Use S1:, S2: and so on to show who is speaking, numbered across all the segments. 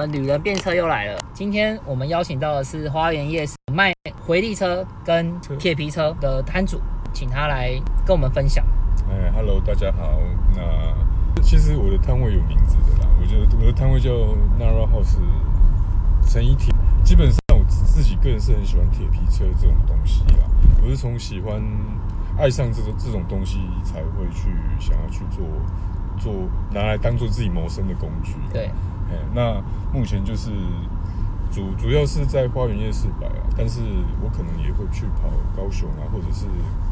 S1: 我们旅人变车又来了。今天我们邀请到的是花园夜市卖回力车跟铁皮车的摊主，请他来跟我们分享。
S2: 哎，Hello，大家好。那其实我的摊位有名字的啦，我就我的摊位叫 Nara House 陈一铁。基本上我自己个人是很喜欢铁皮车这种东西啦，我是从喜欢爱上这种这种东西才会去想要去做做拿来当做自己谋生的工具。
S1: 对，
S2: 哎，那目前就是主主要是在花园夜市摆啊，但是我可能也会去跑高雄啊，或者是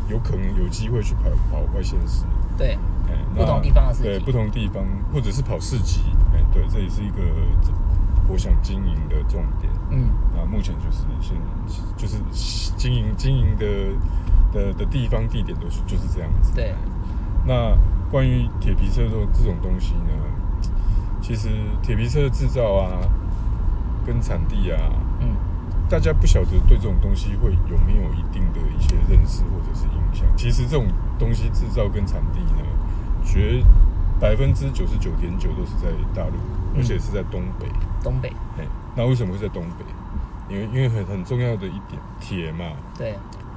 S2: 有可能有机会去跑跑外县市，
S1: 对，
S2: 哎，
S1: 不同地方的市集
S2: 对，不同地方，或者是跑市集，哎，对，这也是一个我想经营的重点。
S1: 嗯，
S2: 那目前就是先就是经营经营的的的地方地点都是就是这样子。
S1: 对，
S2: 那关于铁皮车这种这种东西呢，其实铁皮车的制造啊，跟产地啊，
S1: 嗯，
S2: 大家不晓得对这种东西会有没有一定的一些认识或者是影响。其实这种东西制造跟产地呢，绝百分之九十九点九都是在大陆，而且是在东北。
S1: 东北，
S2: 哎、那为什么会在东北？因为因为很很重要的一点，铁嘛，
S1: 对，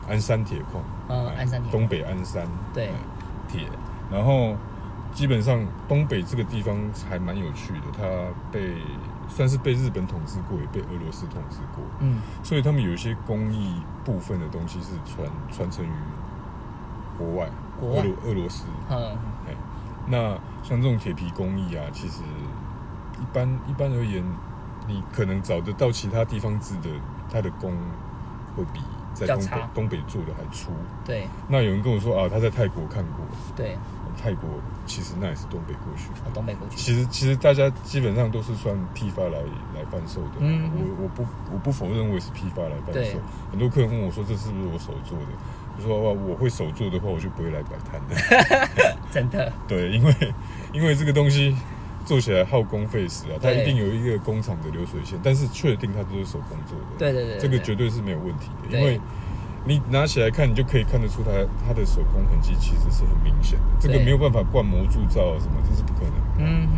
S2: 鞍山铁矿，
S1: 嗯
S2: 哎
S1: 鞍山铁矿
S2: 东北鞍山，
S1: 对
S2: 哎铁，然后基本上东北这个地方还蛮有趣的，它被算是被日本统治过，也被俄罗斯统治过，
S1: 嗯，
S2: 所以他们有一些工艺部分的东西是传传承于国外，
S1: 国外
S2: 俄罗俄罗斯，
S1: 嗯，
S2: 哎，那像这种铁皮工艺啊，其实一般一般而言，你可能找得到其他地方制的，它的工会比在
S1: 较
S2: 东北
S1: 差
S2: 东北做的还粗。
S1: 对，
S2: 那有人跟我说啊，他在泰国看过，
S1: 对，
S2: 泰国其实那也是东北过去。
S1: 东北过去，
S2: 其实其实大家基本上都是算批发来来贩售的，啊
S1: 嗯
S2: 我我不我不否认我也是批发来贩
S1: 对
S2: 售。很多客人问我说这是不是我手做的，我说哇我会手做的话我就不会来摆摊的。
S1: 真的，
S2: 对，因为因为这个东西做起来耗工费时啊，它
S1: 对
S2: 一定有一个工厂的流水线，但是确定它都是手工做的，
S1: 对对对对
S2: 这个
S1: 对
S2: 绝对是没有问题的，
S1: 对
S2: 因为你拿起来看，你就可以看得出它它的手工痕迹其实是很明显的，这个
S1: 对
S2: 没有办法灌模铸造啊什么，这是不可能的。
S1: 嗯嗯，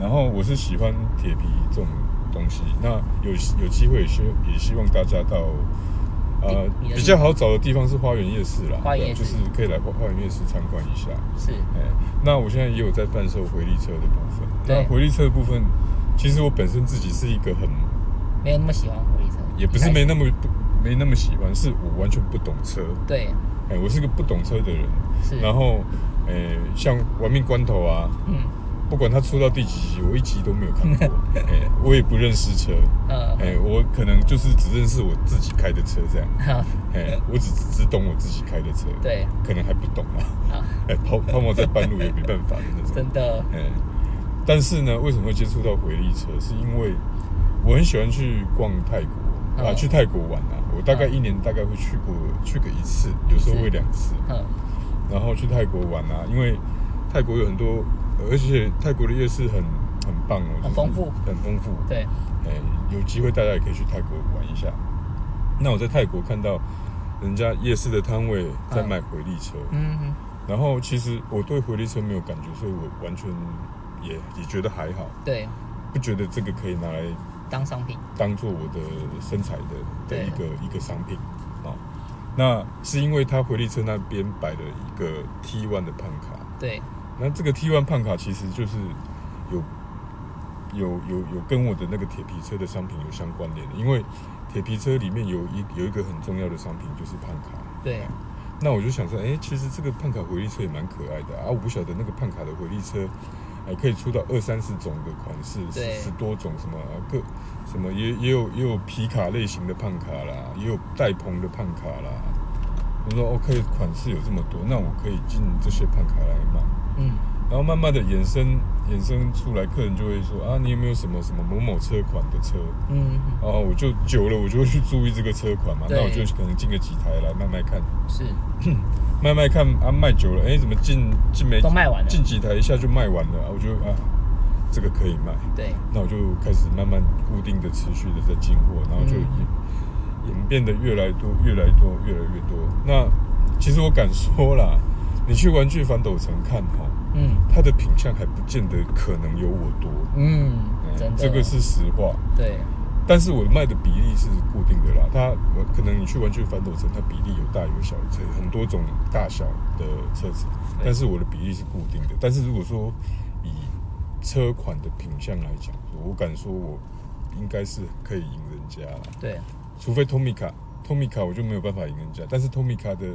S2: 然后我是喜欢铁皮这种东西，那有有机会也希也希望大家到呃
S1: 你你的
S2: 比较好找的地方是花园夜市啦，
S1: 花园夜市
S2: 对就是可以来花花园夜市参观一下。
S1: 嗯是，
S2: 哎，那我现在也有在贩售回力车的部分。
S1: 对
S2: 那回力车的部分，其实我本身自己是一个很，
S1: 没有那么喜欢火力车，
S2: 也不是没，那么不没那么喜欢，是我完全不懂车。
S1: 对，
S2: 哎，我是个不懂车的人。
S1: 是，
S2: 然，后，哎，像玩命关头啊，
S1: 嗯，
S2: 不管它出到第几集，我一集都没有看 过。哎，我也不认识车。
S1: 呃，
S2: 哎，我可能就是只认识我自己开的车这样。
S1: 好，
S2: 哎，我只只懂我自己开的车。
S1: 对，
S2: 可能还不懂啊。
S1: 好，
S2: 哎，抛抛锚在半路也没办法的那种。
S1: 真的，
S2: 嗯，但是呢，为什么会接触到回力车？是因为我很喜欢去逛泰国、
S1: 嗯
S2: 啊，去泰国玩啊。我大概一年大概会去过去个一次，有时候会两次。
S1: 嗯，
S2: 然后去泰国玩啊，因为泰国有很多，而且泰国的夜市很很棒哦，
S1: 很丰富，
S2: 很丰富。
S1: 对，
S2: 哎，有机会大家也可以去泰国玩一下。那我在泰国看到人家夜市的摊位在
S1: 嗯
S2: 卖回力车，
S1: 嗯嗯，
S2: 然后其实我对回力车没有感觉，所以我完全也也觉得还好，
S1: 对，
S2: 不觉得这个可以拿来
S1: 当商品，
S2: 当做我的身材的的
S1: 对
S2: 一个一个商品哦。那是因为它回力车那边摆了一个 T one 的胖卡，
S1: 对，
S2: 那这个 T one 胖卡其实就是有有有有跟我的那个铁皮车的商品有相关联的，因为铁皮车里面有一有一个很重要的商品就是胖卡，
S1: 对，
S2: 那我就想说，哎、其实这个胖卡回力车也蛮可爱的啊！我不晓得那个胖卡的回力车，哎，可以出到二三十种的款式，
S1: 对
S2: 十十多种什么啊各什么也也有也有皮卡类型的胖卡啦，也有带棚的胖卡啦。我说 OK，款式有这么多，那我可以进这些胖卡来卖。
S1: 嗯，
S2: 然后慢慢的衍生衍生出来，客人就会说啊，你有没有什么什么某某车款的车？
S1: 嗯，嗯
S2: 哦，我就久了，我就会去注意这个车款嘛。那我就
S1: 对
S2: 可能进个几台来慢慢看。
S1: 是，
S2: 卖卖看啊，卖久了，哎，怎么进进没
S1: 都卖完了
S2: 进几台一下就卖完了，啊我就啊，这个可以卖，
S1: 对，
S2: 那我就开始慢慢固定的、持续的在进货，然后就
S1: 嗯
S2: 演、演变得越来越多、越来越多、越来越多。那其实我敢说啦，你去玩具反斗城看哈、哦，
S1: 嗯
S2: 它的品相还不见得可能有我多。
S1: 嗯
S2: 嗯，
S1: 真的，
S2: 这个是实话。
S1: 对，
S2: 但是我卖的比例是固定的啦，它我可能你去玩具反斗城，它比例有大有小，这很多种大小的车子，
S1: 对
S2: 但是我的比例是固定的。但是如果说以车款的品相来讲，我敢说我应该是可以赢人家啦，
S1: 对，
S2: 除非 Tomica，Tomica 我就没有办法赢人家，但是 Tomica 的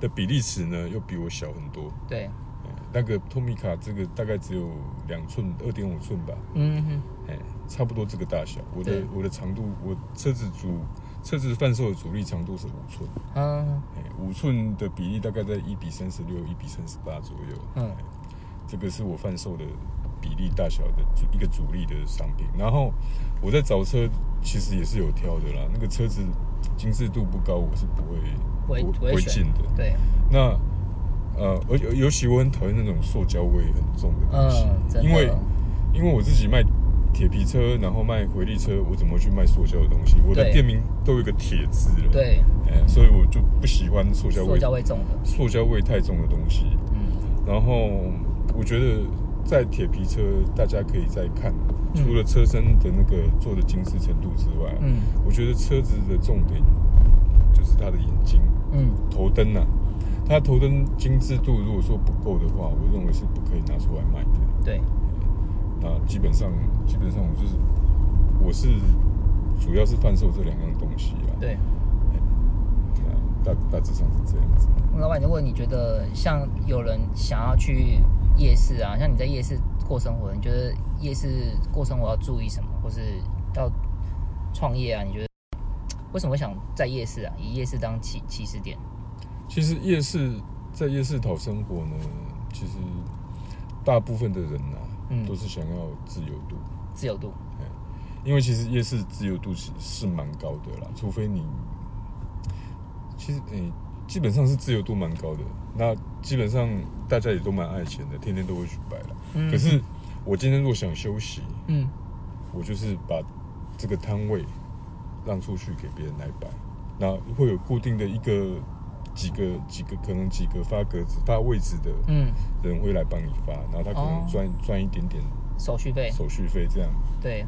S2: 的比例尺呢又比我小很多，
S1: 对，
S2: 嗯那个 Tomica 这个大概只有两寸二点五寸吧，
S1: 嗯哼，
S2: 哎，差不多这个大小。我的
S1: 对
S2: 我的长度，我车子主车子贩售的主力长度是五寸，
S1: 嗯，
S2: 哎，五寸的比例大概在一比三十六、一比三十八左右。
S1: 嗯
S2: 哎，这个是我贩售的比例大小的主一个主力的商品。然后我在找车，其实也是有挑的啦。那个车子精致度不高，我是不会
S1: 不会不
S2: 不
S1: 会
S2: 会
S1: 选
S2: 进的。
S1: 对，
S2: 那呃，而且尤其我很讨厌那种塑胶味很重的东西，
S1: 嗯，真的，
S2: 因为因为我自己卖铁皮车，然后卖回力车，我怎么去卖塑胶的东西？我的
S1: 对
S2: 店名都有一个“铁”字了，，
S1: 对，
S2: 哎、所以我就不喜欢塑胶
S1: 塑
S2: 味，
S1: 胶味重的，
S2: 塑胶味太重的东西。
S1: 嗯，
S2: 然后我觉得在铁皮车，大家可以再看，
S1: 嗯
S2: 除了车身的那个做的精致程度之外，
S1: 嗯
S2: 我觉得车子的重点就是它的眼睛。
S1: 嗯，
S2: 头灯呐、啊，它头灯精致度如果说不够的话，我认为是不可以拿出来卖的。
S1: 对，
S2: 那基本上，基本上我就是我是主要是贩售这两样东西啦。
S1: 对。
S2: 那大大致上是这样子。
S1: 老板，如果你觉得像有人想要去夜市啊，像你在夜市过生活，你觉得夜市过生活要注意什么，或是要创业啊？你觉得为什么会想在夜市啊？以夜市当起起始点？
S2: 其实夜市在夜市讨生活呢，其实大部分的人呐、
S1: 嗯
S2: 都是想要自由度，
S1: 自由度，
S2: 因为其实夜市自由度是是蛮高的啦，除非你其实诶、基本上是自由度蛮高的。那基本上大家也都蛮爱钱的，天天都会去摆啦。
S1: 嗯
S2: 可是我今天如果想休息，
S1: 嗯，
S2: 我就是把这个摊位让出去给别人来摆，那会有固定的一个几个几个可能几个发格子发位置的
S1: 嗯，
S2: 人会来帮你发，然后他可能
S1: 哦
S2: 赚赚、一点点
S1: 手续费，
S2: 手续费这样。
S1: 对，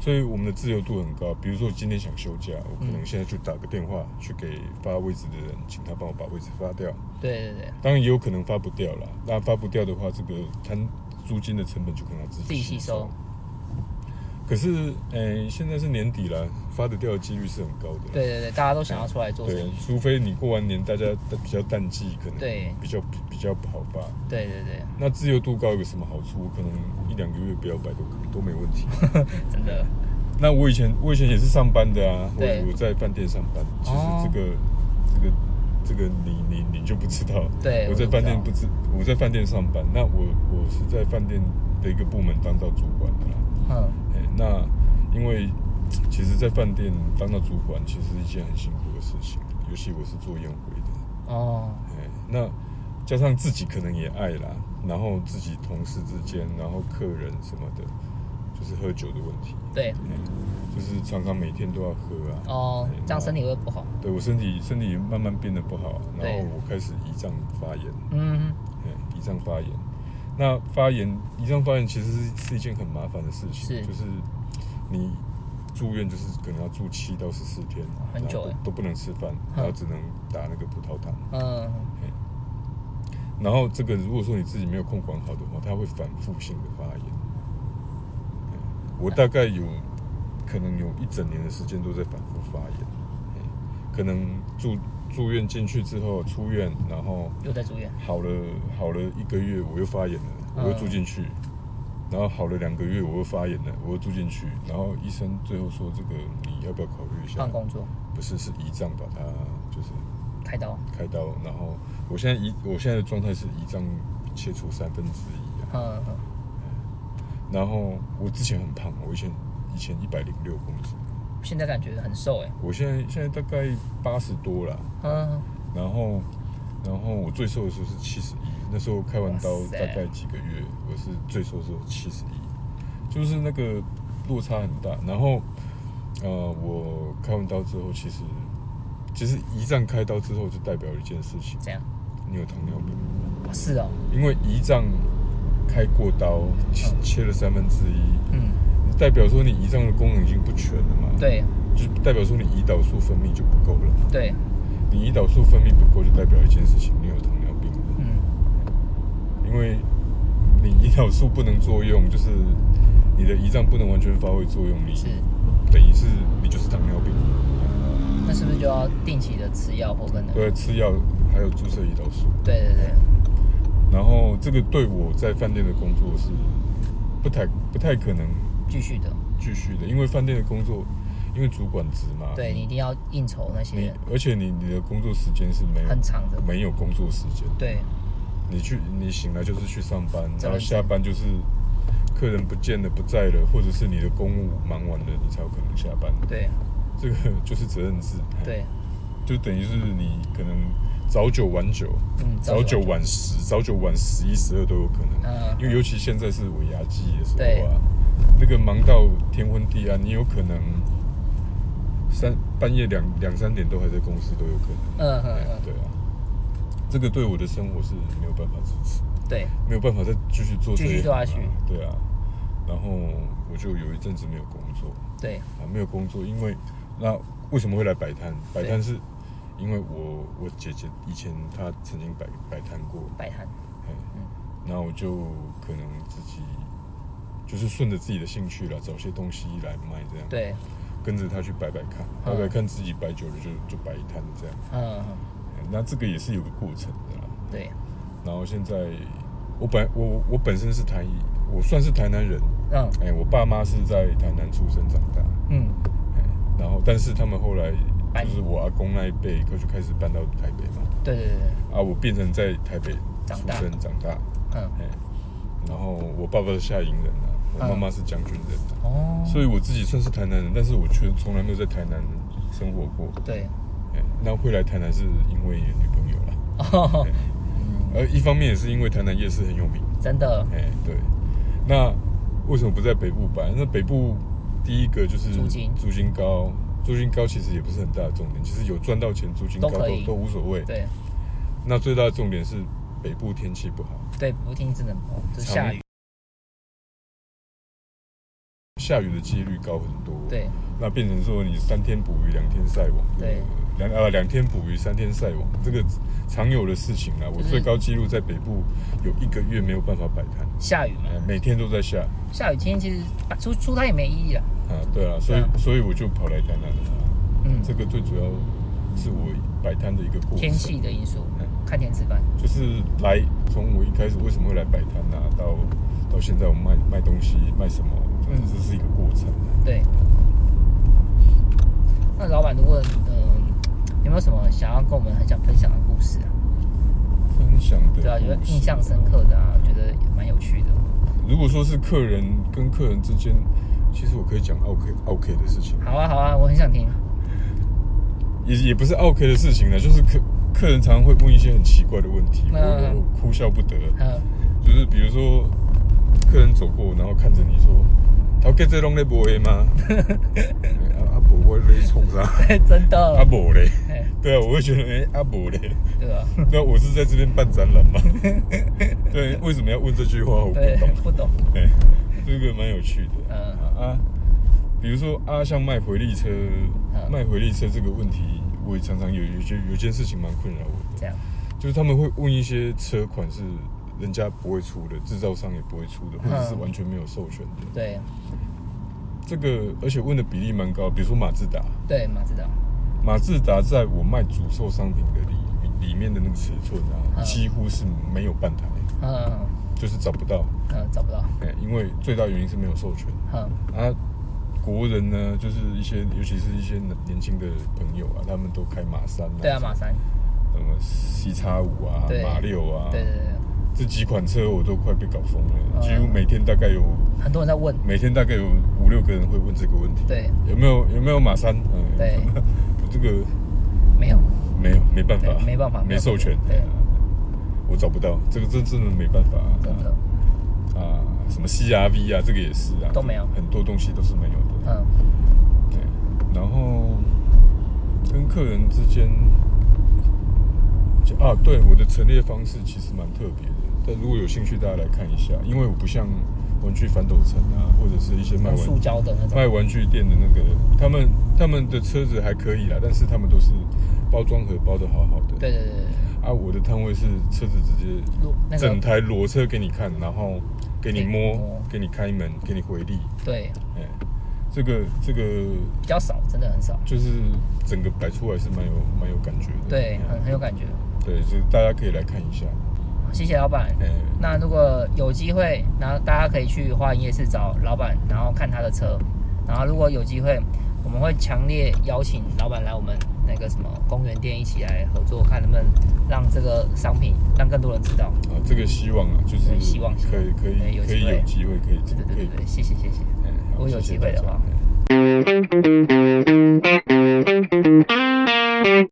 S2: 所以我们的自由度很高。比如说今天想休假，我可能
S1: 嗯
S2: 现在就打个电话去给发位置的人，请他帮我把位置发掉。
S1: 对对对，
S2: 当然也有可能发不掉啦，那发不掉的话，这个摊租金的成本就可能要自
S1: 自己吸
S2: 己
S1: 收。
S2: 可是，诶、现在是年底了，发得掉的几率是很高的啦。
S1: 对对对，大家都想要出来做生
S2: 对
S1: 意，，
S2: 除非你过完年大家比较淡季，可能
S1: 对
S2: 比较比较不好发。
S1: 对对对，
S2: 那自由度高有什么好处？我可能一两个月不要摆都都没问题。
S1: 真的，
S2: 那我以前我以前也是上班的啊，我
S1: 对
S2: 我在饭店上班。其实
S1: 哦
S2: 这个、这个这个你你你就不知道。
S1: 对
S2: 我在
S1: 我就不知道
S2: 饭店不知我在饭店上班。那我我是在饭店的一个部门当到主管的啦。
S1: 嗯，
S2: 哎，那因为其实，在饭店当到主管其实是一件很辛苦的事情，尤其我是做宴会的。
S1: 哦，
S2: 哎，那加上自己可能也爱啦，然后自己同事之间，然后客人什么的，就是喝酒的问题。
S1: 对，
S2: 嗯就是常常每天都要喝啊。
S1: 哦
S2: 哎，
S1: 这样身体。会不好，
S2: 那对我身体身体慢慢变得不好，啊然
S1: 对
S2: 后我开始胰脏发炎，
S1: 嗯，
S2: 嗯，胰脏发炎。那发炎，胰脏发炎其实是是一件很麻烦的事情，
S1: 是
S2: 就是你住院就是可能要住七到十四天，啊
S1: 很久
S2: 然后
S1: 欸
S2: 都都不能吃饭，
S1: 嗯
S2: 然后只能打那个葡萄糖。
S1: 嗯，
S2: 然后这个如果说你自己没有控管好的话，它会反复性的发炎。嗯我大概有可能有一整年的时间都在反复发炎，嗯可能住住院进去之后出院，然后
S1: 又在住院，
S2: 好了好了一个月我又发炎了，
S1: 嗯
S2: 我又住进去，然后好了两个月我又发炎了，我又住进去，然后医生最后说这个你要不要考虑一下
S1: 换？工作，
S2: 不是是胰脏把它就是
S1: 开刀，
S2: 开刀，然后我现在胰我现在的状态是胰脏切除三分之一啊、
S1: 嗯嗯。
S2: 然后我之前很胖，我以前以前一百零六公斤，
S1: 现在感觉很瘦哎、
S2: 我现在现在大概八十多啦，
S1: 嗯，
S2: 然后然后我最瘦的时候是七十一，那时候开完刀
S1: 哇
S2: 大
S1: 塞
S2: 概几个月，我是最瘦的时候七十一，就是那个落差很大。然后呃，我开完刀之后，其实其实胰脏开刀之后就代表一件事情，
S1: 这样
S2: 你有糖尿病。
S1: 是哦，
S2: 因为胰脏开过刀，切
S1: 嗯
S2: 切了三分之一，
S1: 嗯，
S2: 代表说你胰脏的功能已经不全了嘛？，
S1: 对
S2: 就代表说你胰岛素分泌就不够了。
S1: 对，
S2: 你胰岛素分泌不够，就代表一件事情，你有糖尿病了。
S1: 嗯
S2: 因为你胰岛素不能作用，就是你的胰脏不能完全发挥作用，你
S1: 是。
S2: 等于是你就是糖尿病，
S1: 那是不是就要定期的吃药或跟
S2: 都要吃药，还有注射胰岛素。
S1: 对对对，
S2: 然后这个对我在饭店的工作是不太不太可能
S1: 继续的，
S2: 继续的，因为饭店的工作，因为主管职嘛，
S1: 对你一定要应酬那些
S2: 你
S1: 人，
S2: 而且你你的工作时间是没有
S1: 很长的，
S2: 没有工作时间，
S1: 对
S2: 你去你醒来就是去上班，
S1: 真的
S2: 然后
S1: 是
S2: 下班就是客人不见了不在了，或者是你的公务忙完了，你才有可能下班。
S1: 对
S2: 这个就是责任制，
S1: 对，
S2: 就等于是你可能早九晚九，
S1: 嗯，
S2: 早九晚十，早九晚十一十二都有可能。
S1: 嗯
S2: 因为尤其现在是尾牙季的时
S1: 对
S2: 候啊，那个忙到天昏地暗，你有可能三半夜两两三点都还在公司都有可能。
S1: 嗯
S2: 哎
S1: 嗯
S2: 对啊，这个对我的生活是没有办法支持，
S1: 嗯，对，
S2: 没有办法再继续做这
S1: 继续
S2: 一
S1: 做
S2: 行啊
S1: 下去
S2: 对啊，然后我就有一阵子没有工作。
S1: 对
S2: 啊，没有工作，因为那为什么会来摆摊？摆摊是因为我我姐姐以前她曾经摆摆摊过，
S1: 摆摊，
S2: 哎，
S1: 嗯
S2: 然后我就可能自己就是顺着自己的兴趣啦，找些东西来卖这样，，
S1: 对，
S2: 跟着她去摆摆看，摆摆看自己摆久了就就摆一摊这样，
S1: 嗯嗯
S2: 哎那这个也是有个过程的啦。
S1: 对，
S2: 然后现在我本我我我本身是台，我算是台南人，
S1: 嗯
S2: 哎，我爸妈是在台南出生长大，
S1: 嗯
S2: 哎然后，但是他们后来
S1: 搬
S2: 就是我阿公那一辈，就开始搬到台北嘛，
S1: 对对对对，
S2: 啊，我变成在台北
S1: 长
S2: 出
S1: 大
S2: 生长大，
S1: 嗯
S2: 哎，然后我爸爸是下营人啊，我妈
S1: 嗯
S2: 妈是将军人啊、
S1: 哦，
S2: 所以我自己算是台南人，但是我却从来没有在台南生活过，
S1: 对，
S2: 哎，那会来台南是因为女朋友啦，
S1: 哦
S2: 哎，而一方面也是因为台南夜市很有名，
S1: 真的
S2: 哎，对，那为什么不在北部摆？那北部第一个就是
S1: 租金
S2: 租金高，租金高其实也不是很大的重点，其实有赚到钱，租金高
S1: 都可以
S2: 都都无所谓。
S1: 对
S2: 那最大的重点是北部天气不好，
S1: 对，不听真的哦，就是
S2: 常
S1: 下雨，
S2: 下雨的几率高很多。，
S1: 对
S2: 那变成说你三天捕鱼两天晒网，
S1: 对，
S2: 两啊两天捕鱼三天晒网，这个常有的事情啊。我
S1: 就是
S2: 最高纪录在北部有一个月没有办法摆摊，
S1: 下雨嘛
S2: 哎，每天都在下。
S1: 下雨天其实摆出出摊也没意义啊，
S2: 啊，对啊，所以
S1: 对啊
S2: 所以我就跑来台南了啊嘛。
S1: 嗯，
S2: 这个最主要是我摆摊的一个过程。
S1: 天气的因素
S2: 嗯，
S1: 看天吃饭，
S2: 就是来从我一开始为什么会来摆摊啊，到到现在我卖卖东西卖什么，反正
S1: 嗯
S2: 这是一个过程。
S1: 对。那老板如果嗯、有没有什么想要跟我们很想分享的故事啊？
S2: 分享的
S1: 对啊，觉得
S2: 故事
S1: 印象深刻的啊，觉得蛮有趣的。
S2: 如果说是客人跟客人之间，其实我可以讲 OK OK 的事情，
S1: 好啊，好啊，我很想听。
S2: 也也不是 OK 的事情呢，就是客客人常常会问一些很奇怪的问题，我
S1: 嗯
S2: 我我哭笑不得。
S1: 嗯，
S2: 就是比如说，客人走过，然后看着你说：“头家这拢咧卖吗？” 哎啊啊无，我咧冲啥？
S1: 真的。
S2: 啊无嘞
S1: 嘿，
S2: 对啊，我会觉得哎、啊无嘞，
S1: 对吧？
S2: 那我是在这边办展览 吗？对，为什么要问这句话？我不
S1: 对
S2: 懂。，
S1: 不懂。
S2: 哎，这个蛮有趣的。
S1: 嗯
S2: 啊啊，比如说啊，像卖回力车，
S1: 嗯
S2: 卖回力车这个问题，我也常常有有些有件事情蛮困扰我的。
S1: 这样，
S2: 就是他们会问一些车款是人家不会出的，制造商也不会出的，或者是完全没有授权的。
S1: 嗯对
S2: 这个而且问的比例蛮高，比如说马自达，
S1: 对，马自达，
S2: 马自达在我卖主售商品的里里面的那个尺寸啊，
S1: 嗯
S2: 几乎是没有半台，
S1: 嗯
S2: 就是找不到。
S1: 嗯，找不到。
S2: 哎，因为最大原因是没有授权
S1: 嗯
S2: 啊。国人呢，就是一些，尤其是一些年轻的朋友啊，他们都开马三啊，
S1: 对啊，马三，
S2: 什么 C 叉五啊
S1: 对、
S2: 马六啊，
S1: 对对对对，
S2: 这几款车我都快被搞疯了，
S1: 嗯
S2: 几乎每天大概有
S1: 很多人在问。
S2: 每天大概有五六个人会问这个问题，
S1: 对，
S2: 有没有有没有马三？嗯，
S1: 对，
S2: 这个
S1: 没有。
S2: 没有没办法
S1: 对，没办法没
S2: 没
S1: 有
S2: 授权，
S1: 对
S2: 我找不到，这个真真的没办法
S1: 真的。
S2: 啊，什么 CRV 啊，这个也是啊，
S1: 都没有
S2: 很多东西都是没有的，
S1: 嗯，
S2: 对，然后跟客人之间。就啊，对，我的陈列方式其实蛮特别的，但如果有兴趣，大家来看一下，因为我不像玩具反斗城啊，或者是一些卖
S1: 用
S2: 玩
S1: 塑胶的那种，
S2: 卖玩具店的那个，他们他们的车子还可以啦，但是他们都是包装盒包的好好的。
S1: 对对对对对，
S2: 啊，我的摊位是车子直接
S1: 路那
S2: 整
S1: 个
S2: 台裸车给你看，然后给你
S1: 给你
S2: 摸
S1: 摸，
S2: 给你开门，给你回力，
S1: 对
S2: 哎、这个这个
S1: 比较少，真的很少，
S2: 就是整个摆出来是蛮有蛮有感觉的，
S1: 对，
S2: 哎
S1: 很很有感觉。
S2: 对，就是大家可以来看一下，
S1: 谢谢老板。
S2: 哎、
S1: 那如果有机会，然后大家可以去花园夜市找老板，然后看他的车。然后如果有机会，我们会强烈邀请老板来我们那个什么公园店一起来合作，看能不能让这个商品让更多人知道。
S2: 啊，这个希望啊，就是
S1: 对希望希望
S2: 可以可
S1: 对
S2: 以
S1: 有
S2: 可以
S1: 机会
S2: 有机会可以
S1: 对对
S2: 可
S1: 对
S2: 以
S1: 对，对，谢谢谢谢。
S2: 哎好
S1: 如果有
S2: 谢谢哎
S1: 机会的
S2: 大家
S1: 话
S2: 哎